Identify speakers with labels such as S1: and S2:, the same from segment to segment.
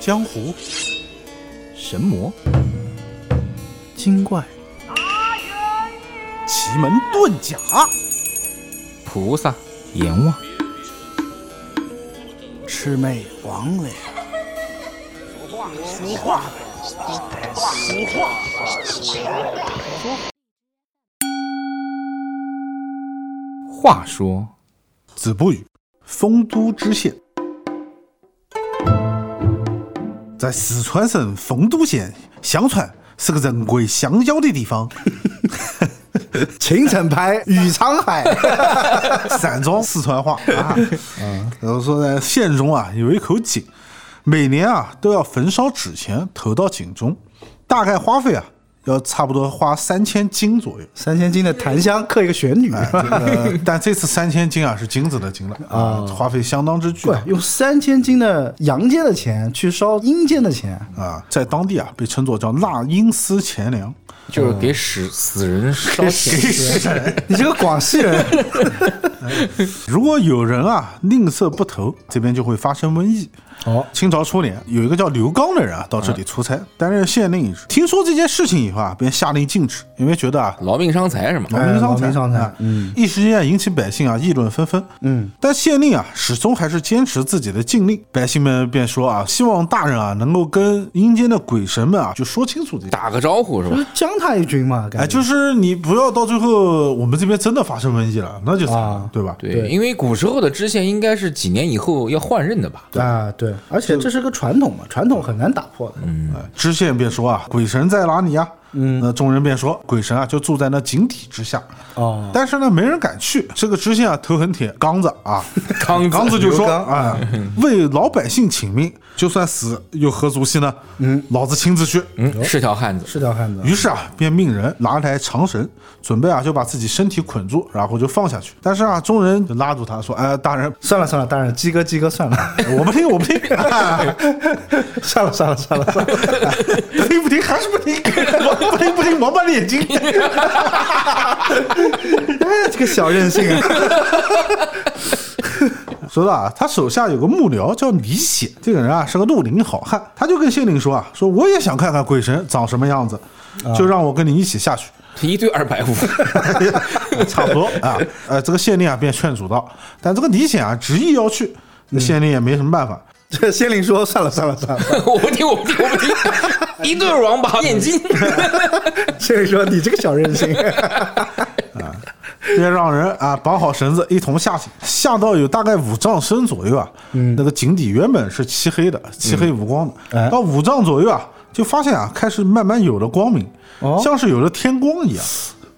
S1: 江湖、
S2: 神魔、
S1: 精怪、奇门遁甲、
S2: 菩萨、阎王、
S1: 魑魅魍魉。说话呗，说话呗，说话。
S2: 话说
S1: 子不语，丰都知县，在四川省丰都县相传是个人鬼相交的地方，
S3: 秦城拍 与沧 海，
S1: 陕庄四川话啊。然后说呢，县中啊有一口井，每年啊都要焚烧纸钱投到井中，大概花费啊要差不多花三千金左右。
S3: 三千金的檀香刻一个玄女，
S1: 哎，这个，但这次三千金啊是金子的金了啊，花费相当之巨
S3: 对
S1: 大，
S3: 用三千金的阳间的钱去烧阴间的钱，
S1: 啊，在当地啊被称作叫纳阴司钱粮。
S2: 就是给死死人烧钱，
S3: 你这个广西 人，
S1: 如果有人啊吝啬不投，这边就会发生瘟疫。
S3: 哦，
S1: 清朝初年，有一个叫刘刚的人啊，到这里出差，担任县令一职。听说这件事情以后啊，便下令禁止，因为觉得啊，
S2: 劳命伤财是吗？
S1: 劳哎民伤
S3: 劳民伤财
S1: 财。嗯，一时间啊引起百姓啊议论纷纷。嗯，但县令啊始终还是坚持自己的禁令，百姓们便说啊，希望大人啊能够跟阴间的鬼神们啊就说清楚这个。
S2: 打个招呼是吧
S3: 不？是将他一军嘛？
S1: 哎，
S3: 感觉
S1: 就是你不要到最后我们这边真的发生瘟疫了，那就惨了，
S3: 啊
S1: 对吧？
S2: 对，因为古时候的知县应该是几年以后要换任的吧？
S3: 啊，对，而且这是个传统嘛，传统很难打破的。嗯，
S1: 哎知县便说啊，鬼神在哪里啊？嗯，那众人便说，鬼神啊就住在那井底之下。
S3: 哦，
S1: 但是呢，没人敢去。这个知县啊，头很铁，刚子啊，
S2: 康子
S1: 刚子就说
S3: 刘刚
S1: 啊、哎为老百姓请命，就算死又何足惜呢？嗯，老子亲自去。
S2: 嗯，是条汉子，
S3: 是条汉子。
S1: 于是啊，便命人拿来长绳，准备啊就把自己身体捆住，然后就放下去。但是啊，众人就拉住他说：“哎，大人，
S3: 算了算了，当然鸡哥鸡哥算了，
S1: 我不听，我不听，
S3: 算了算了算了算了，
S1: 听不听还是不听，我不听不听，王八的眼睛。”
S3: 哎，这个小任性啊！
S1: 说到啊，他手下有个幕僚叫李显，这个人啊是个绿林好汉，他就跟县令说啊，说我也想看看鬼神长什么样子，
S3: 啊
S1: 就让我跟你一起下 去，
S2: 一对二百五，
S1: 差不多啊。呃，这个县令啊便劝阻道，但这个李显啊执意要去，那县令也没什么办法。
S3: 这县令说算了算了算了，
S2: 我不听，我不听，我不听，一对王八眼睛，
S3: 县令说你这个小任 性，
S1: 便让人啊绑好绳子，一同下去。下到有大概五丈深左右啊，那个井底原本是漆黑的，漆黑无光的。
S3: 嗯哎
S1: 到五丈左右啊，就发现啊开始慢慢有了光明，
S3: 哦
S1: 像是有了天光一样。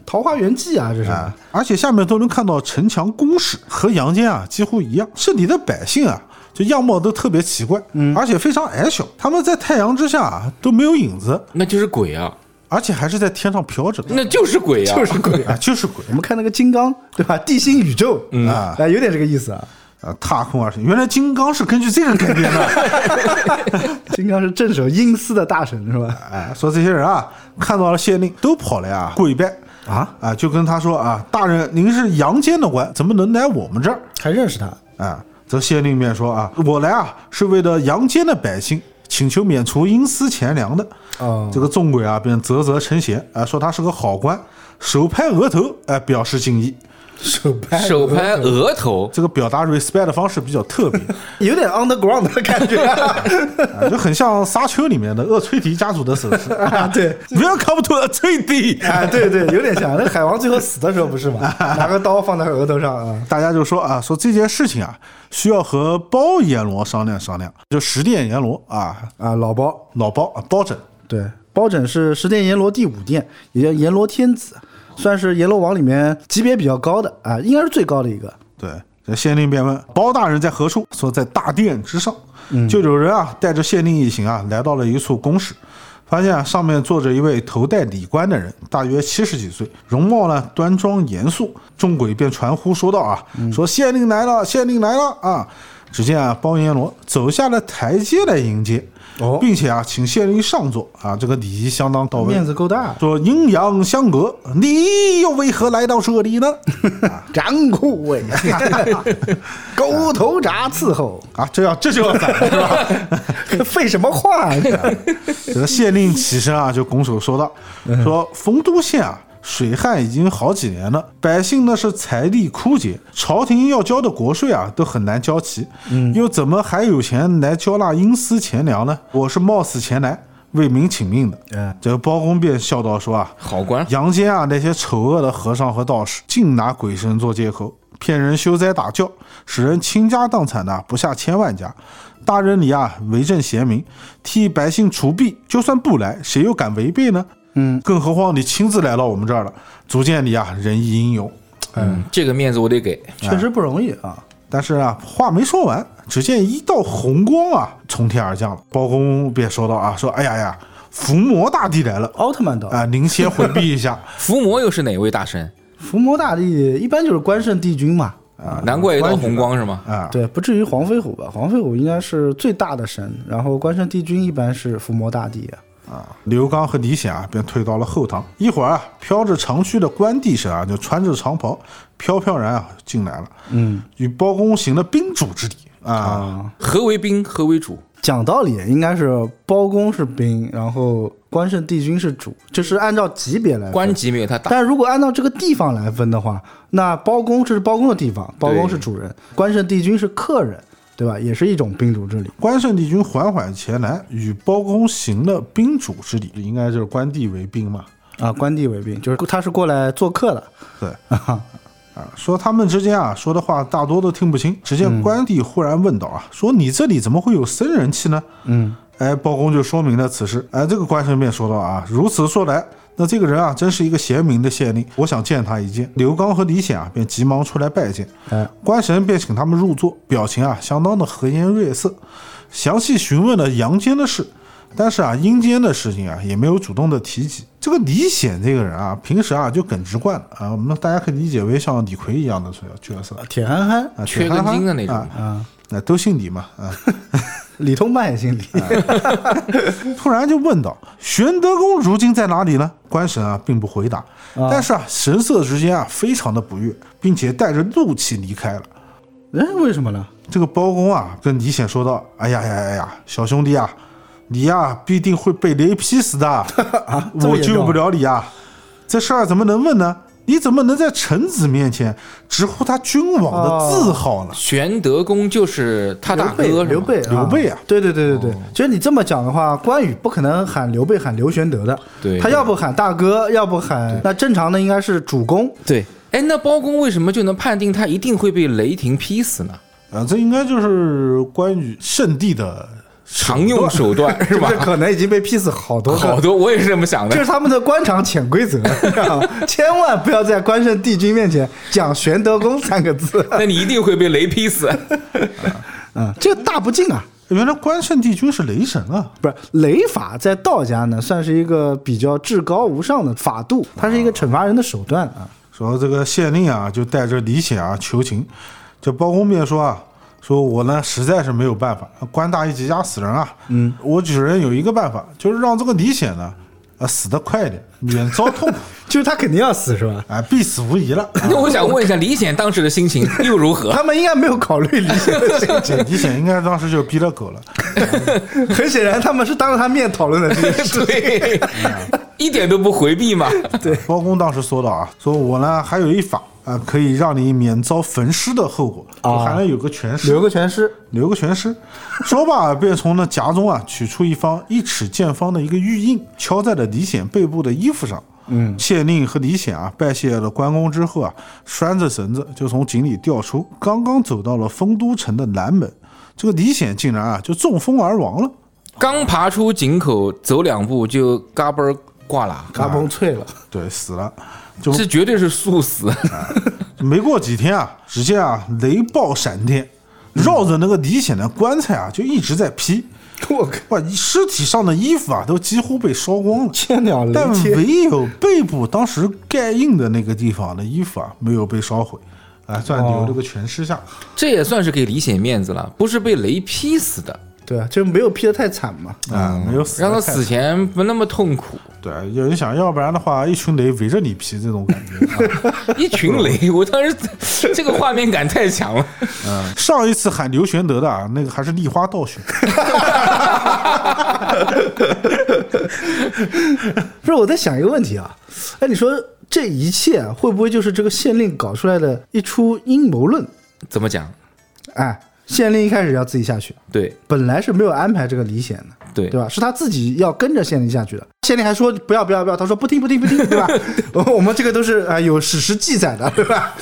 S3: 桃花源记啊，这是。
S1: 啊，而且下面都能看到城墙工事和阳间啊几乎一样，这里的百姓啊。就样貌都特别奇怪，嗯，而且非常矮小。他们在太阳之下啊都没有影子，
S2: 那就是鬼啊，
S1: 而且还是在天上飘着的，
S2: 那就是鬼啊，
S3: 就是鬼
S1: 啊，就是鬼
S3: 我们看那个《金刚》，对吧？地心宇宙，嗯
S1: 啊
S3: 哎，有点这个意思啊。
S1: 啊，踏空而行。原来金刚是根据这个改编的，
S3: 金刚是镇守阴司的大神，是吧？
S1: 哎，说这些人啊看到了县令都跑来啊跪拜
S3: 啊
S1: 啊，就跟他说啊，大人您是阳间的官，怎么能来我们这儿？
S3: 还认识他？
S1: 啊，则县令便说啊，我来啊是为了阳间的百姓，请求免除阴司钱粮的。
S3: 哦
S1: 这个众鬼啊便啧啧称贤啊，说他是个好官，手拍额头哎、表示敬意。
S3: 手拍
S2: 手拍额头，
S1: 这个表达 respect 的方式比较特别，
S3: 有点 underground 的感 觉啊
S1: 啊、就很像《沙丘》里面的厄崔迪家族的手势。
S3: 啊！对，
S1: Welcome to 厄崔迪。
S3: 啊，对对，有点像。那海王最后死的时候不是 吗？拿个刀放在额头上啊。
S1: 大家就说啊，说这件事情啊，需要和包阎罗商量商量，就十殿阎罗啊，
S3: 啊，老包，
S1: 老包啊，包拯
S3: 对，包拯是十殿阎罗第五殿，也叫阎罗天子，算是阎罗王里面级别比较高的啊，应该是最高的一个。
S1: 对，这县令便问包大人在何处？说在大殿之上。
S3: 嗯
S1: 就有人啊带着县令一行啊来到了一处宫室，发现啊上面坐着一位头戴礼冠的人，大约七十几岁，容貌呢端
S3: 嗯
S1: 庄严肃。众鬼便传呼说道啊，说县令来了，县令来了啊！只见啊，包彦罗走下了台阶来迎接，
S3: 哦
S1: 并且啊，请县令上座啊，这个礼仪相当到位。
S3: 面子够大，啊
S1: 说阴阳相隔，你又为何来到这里呢？
S3: 张库伟，狗头铡伺候，
S1: 啊，这要这就要宰了是吧？
S3: 废什么话呀？
S1: 这个县令起身啊，就拱手说道：“说丰都县啊，水旱已经好几年了，百姓呢是财力枯竭，朝廷要交的国税啊都很难交齐，又怎么还有钱来交纳阴司钱粮呢？我是冒死前来为民请命的。”
S3: 嗯，
S1: 这个包公便笑道说啊
S2: 好官：“
S1: 阳间啊那些丑恶的和尚和道士，尽拿鬼神做借口，骗人修斋打教，使人倾家荡产的啊不下千万家。”大人你啊，为政贤明，替百姓除弊，就算不来，谁又敢违背呢？嗯，更何况你亲自来到我们这儿了，足见你啊仁义英勇。
S2: 嗯，这个面子我得给。
S3: 确实不容易啊。
S1: 但是啊，话没说完，只见一道红光啊从天而降了。包公便说道啊，说哎呀呀，伏魔大帝来了
S3: 奥特曼
S1: 啊、
S3: 的
S1: 您先回避一下。
S2: 伏魔又是哪位大神？
S3: 伏魔大帝一般就是关圣帝君嘛，
S2: 难怪有道红光是吗？
S1: 啊，
S3: 对，不至于黄飞虎吧？黄飞虎应该是最大的神，然后关圣帝君一般是伏魔大帝啊。
S1: 刘刚和李显啊便退到了后堂。一会儿啊，飘着长须的关帝神啊就穿着长袍，飘飘然啊进来了。嗯，与包公行了宾主之礼啊。
S2: 何为宾，何为主？
S3: 讲道理，应该是包公是兵，然后关圣帝君是主，这是按照级别来分。
S2: 官级没有他大，
S3: 但如果按照这个地方来分的话，那包公这是包公的地方，包公是主人，关圣帝君是客人，对吧？也是一种宾主之礼。
S1: 关圣帝君缓缓前来，与包公行了宾主之礼，应该就是关帝为宾嘛。
S2: 嗯
S3: 啊，关帝为宾，就是他是过来做客的。
S1: 对， 啊，说他们之间啊说的话大多都听不
S3: 嗯
S1: 清。只见关帝忽然问道啊，说你这里怎么会有僧人气呢？
S3: 嗯，
S1: 哎，包公就说明了此事。哎，这个官绅便说到啊，如此说来，那这个人啊，真是一个贤明的县令，我想见他一见。刘刚和李显啊，便急忙出来拜见。
S3: 哎，
S1: 官神便请他们入座，表情啊相当的和颜悦色，详细询问了阳间的事，但是啊阴间的事情啊也没有主动的提及。这个李显这个人啊，平时啊就耿直惯了啊，我们大家可以理解为像李逵一样的角色
S3: 铁憨憨，
S1: 啊，
S2: 缺
S1: 铁憨
S2: 根
S1: 憨
S2: 筋的那
S1: 啊
S2: 种。
S1: 啊，都姓李嘛啊。
S3: 李通曼也姓李，
S1: 突然就问道：“玄德公如今在哪里呢？”官神啊，并不回答，但是啊，神色之间啊，非常的不悦，并且带着怒气离开了。
S3: 哎，为什么呢？
S1: 这个包公啊，跟李显说道：“哎呀呀呀呀，小兄弟啊，你呀、必定会被雷劈死的，
S3: 这么
S1: 我
S3: 严重
S1: 救不了你啊。这事儿怎么能问呢？你怎么能在臣子面前直呼他君王的字号
S3: 哦
S1: 呢？
S2: 玄德公就是他
S3: 刘
S2: 大
S3: 备，
S2: 哥，
S3: 刘备，
S2: 是吗，
S1: 刘备啊
S3: 对对对对对，
S2: 哦
S3: 其实你这么讲的话，关羽不可能喊刘备喊刘玄德的，
S2: 对
S3: 他要不喊大哥，要不喊那正常的应该是主公，
S2: 对。哎，那包公为什么就能判定他一定会被雷霆劈死呢？
S1: 啊，这应该就是关羽圣地的
S2: 常用手 段是
S3: 这
S2: 吧？
S3: 可能已经被劈死好多个
S2: 好多我也是这么想
S3: 这
S2: 的
S3: 是。他们的官场潜规 则，千万不要在关圣帝君面前讲玄德公三个字，
S2: 那你一定会被雷劈死。
S3: 啊，这大不敬啊！
S1: 原来关圣帝君是雷神啊。”
S3: 不是雷法在道家呢，算是一个比较至高无上的法度，它是一个惩罚人的手段啊。
S1: 说这个县令啊，就带着李显啊求情，这包公便说啊，说我呢实在是没有办法，官大一级压死人啊，嗯，我只能有一个办法，就是让这个李显呢，啊死得快一点，免遭痛苦，
S3: 就是他肯定要死是吧？
S1: 啊必死无疑了。
S2: 那我想问一下，李显当时的心情又如何？
S3: 他们应该没有考虑理 解的心
S1: 这李显应该当时就逼了狗了，
S3: 情，很显然他们是当着 他面讨论的这个事。
S2: 对，一点都不回避嘛。
S1: 对，包公当时说到啊，说我呢还有一法啊，可以让你免遭焚尸的后果，就还能有个全尸，
S3: 留个全尸，
S1: 留个全尸。说罢，便从那夹中啊取出一方一尺见方的一个玉印，敲在了李显背部的衣服上。嗯，县令和李显啊拜谢了关公之后啊，拴着绳子就从井里掉出，刚刚走到了丰都城的南门，这个李显竟然啊就中风而亡了。
S2: 刚爬出井口，走两步就嘎嘣儿挂了，
S3: 嘎嘣脆了。
S1: 对，死了。就
S2: 这绝对是速死。
S3: 啊
S1: 没过几天啊，只见啊雷暴闪电，绕着那个李显的棺材啊就一直在劈，
S3: 我靠，
S1: 哇，尸体上的衣服啊都几乎被烧光了。
S3: 千鸟雷
S1: 但
S3: 贴，
S1: 唯有背部当时盖印的那个地方的衣服啊，没有被烧毁，哎，算牛这个全啊吃下。
S2: 这也算是给李显面子了，不是被雷劈死的，
S3: 对啊，就没有劈得太惨嘛。
S1: 啊，没有死，
S2: 让他死。前不那么痛苦。
S1: 对，有人想要不然的话，一群雷围着你劈，这种感觉。啊
S2: 一群雷，我当时这个画面感太强了。
S1: 嗯，上一次喊刘玄德的啊，那个还是立花道兄，
S3: 不是，我在想一个问题啊，哎，你说这一切啊会不会就是这个县令搞出来的一出阴谋论？
S2: 怎么讲？
S3: 哎，县令一开始要自己下去，
S2: 对
S3: 本来是没有安排这个李显的，
S2: 对
S3: 对吧？是他自己要跟着县令下去的。县令还说不要不要不要，他说不听不听不听，对吧？我我们这个都是啊、呃有史实记载的，对吧？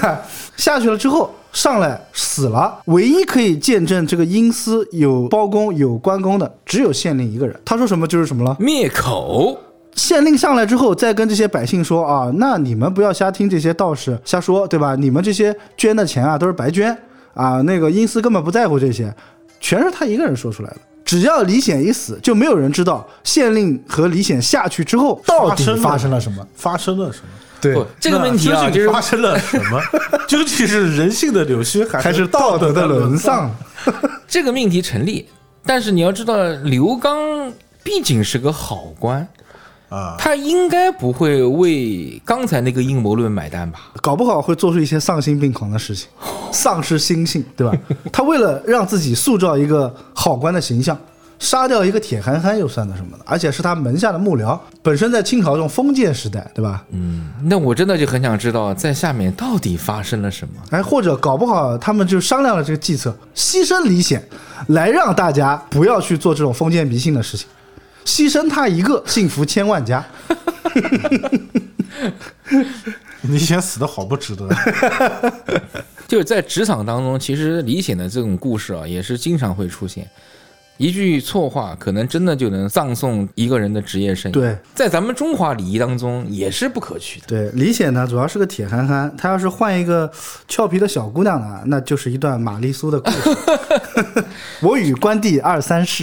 S3: 下去了之后上来死了，唯一可以见证这个阴司有包公有关公的只有县令一个人。他说什么就是什么了。
S2: 灭口，
S3: 县令上来之后，再跟这些百姓说啊，那你们不要瞎听这些道士瞎说，对吧？你们这些捐的钱啊，都是白捐啊，那个阴司根本不在乎这些，啊全是他一个人说出来的。只要李显一死，就没有人知道县令和李显下去之后到底发生了什么。
S1: 发生了什么？
S3: 对
S2: 不这个问题啊，
S1: 那
S2: 就
S1: 究
S2: 是
S1: 竟发生了什么？ 究竟是人性的扭曲，还
S3: 还是
S1: 道
S3: 道德的
S1: 的
S3: 沦
S1: 丧？
S3: 丧，
S2: 这个命题成立，但是你要知道，刘刚毕竟是个好官
S1: 啊
S2: 他应该不会为刚才那个阴谋论买单吧？
S3: 搞不好会做出一些丧心病狂的事情，丧失心性，对吧？他为了让自己塑造一个好官的形象，杀掉一个铁憨憨又算得什么呢？而且是他门下的幕僚，本身在清朝这种封建时代，对吧？
S2: 嗯，那我真的就很想知道，在下面到底发生了什么？
S3: 哎，或者搞不好他们就商量了这个计策，牺牲李显，来让大家不要去做这种封建迷信的事情，牺牲他一个，幸福千万家。
S1: 你以前死的好不值得。啊
S2: 就是在职场当中，其实李显的这种故事啊，也是经常会出现。一句错话，可能真的就能葬送一个人的职业生涯。
S3: 对，
S2: 在咱们中华礼仪当中也是不可取的。
S3: 对，李显呢，主要是个铁憨憨，他要是换一个俏皮的小姑娘呢，那就是一段玛丽 苏的故事。我与关帝二三世，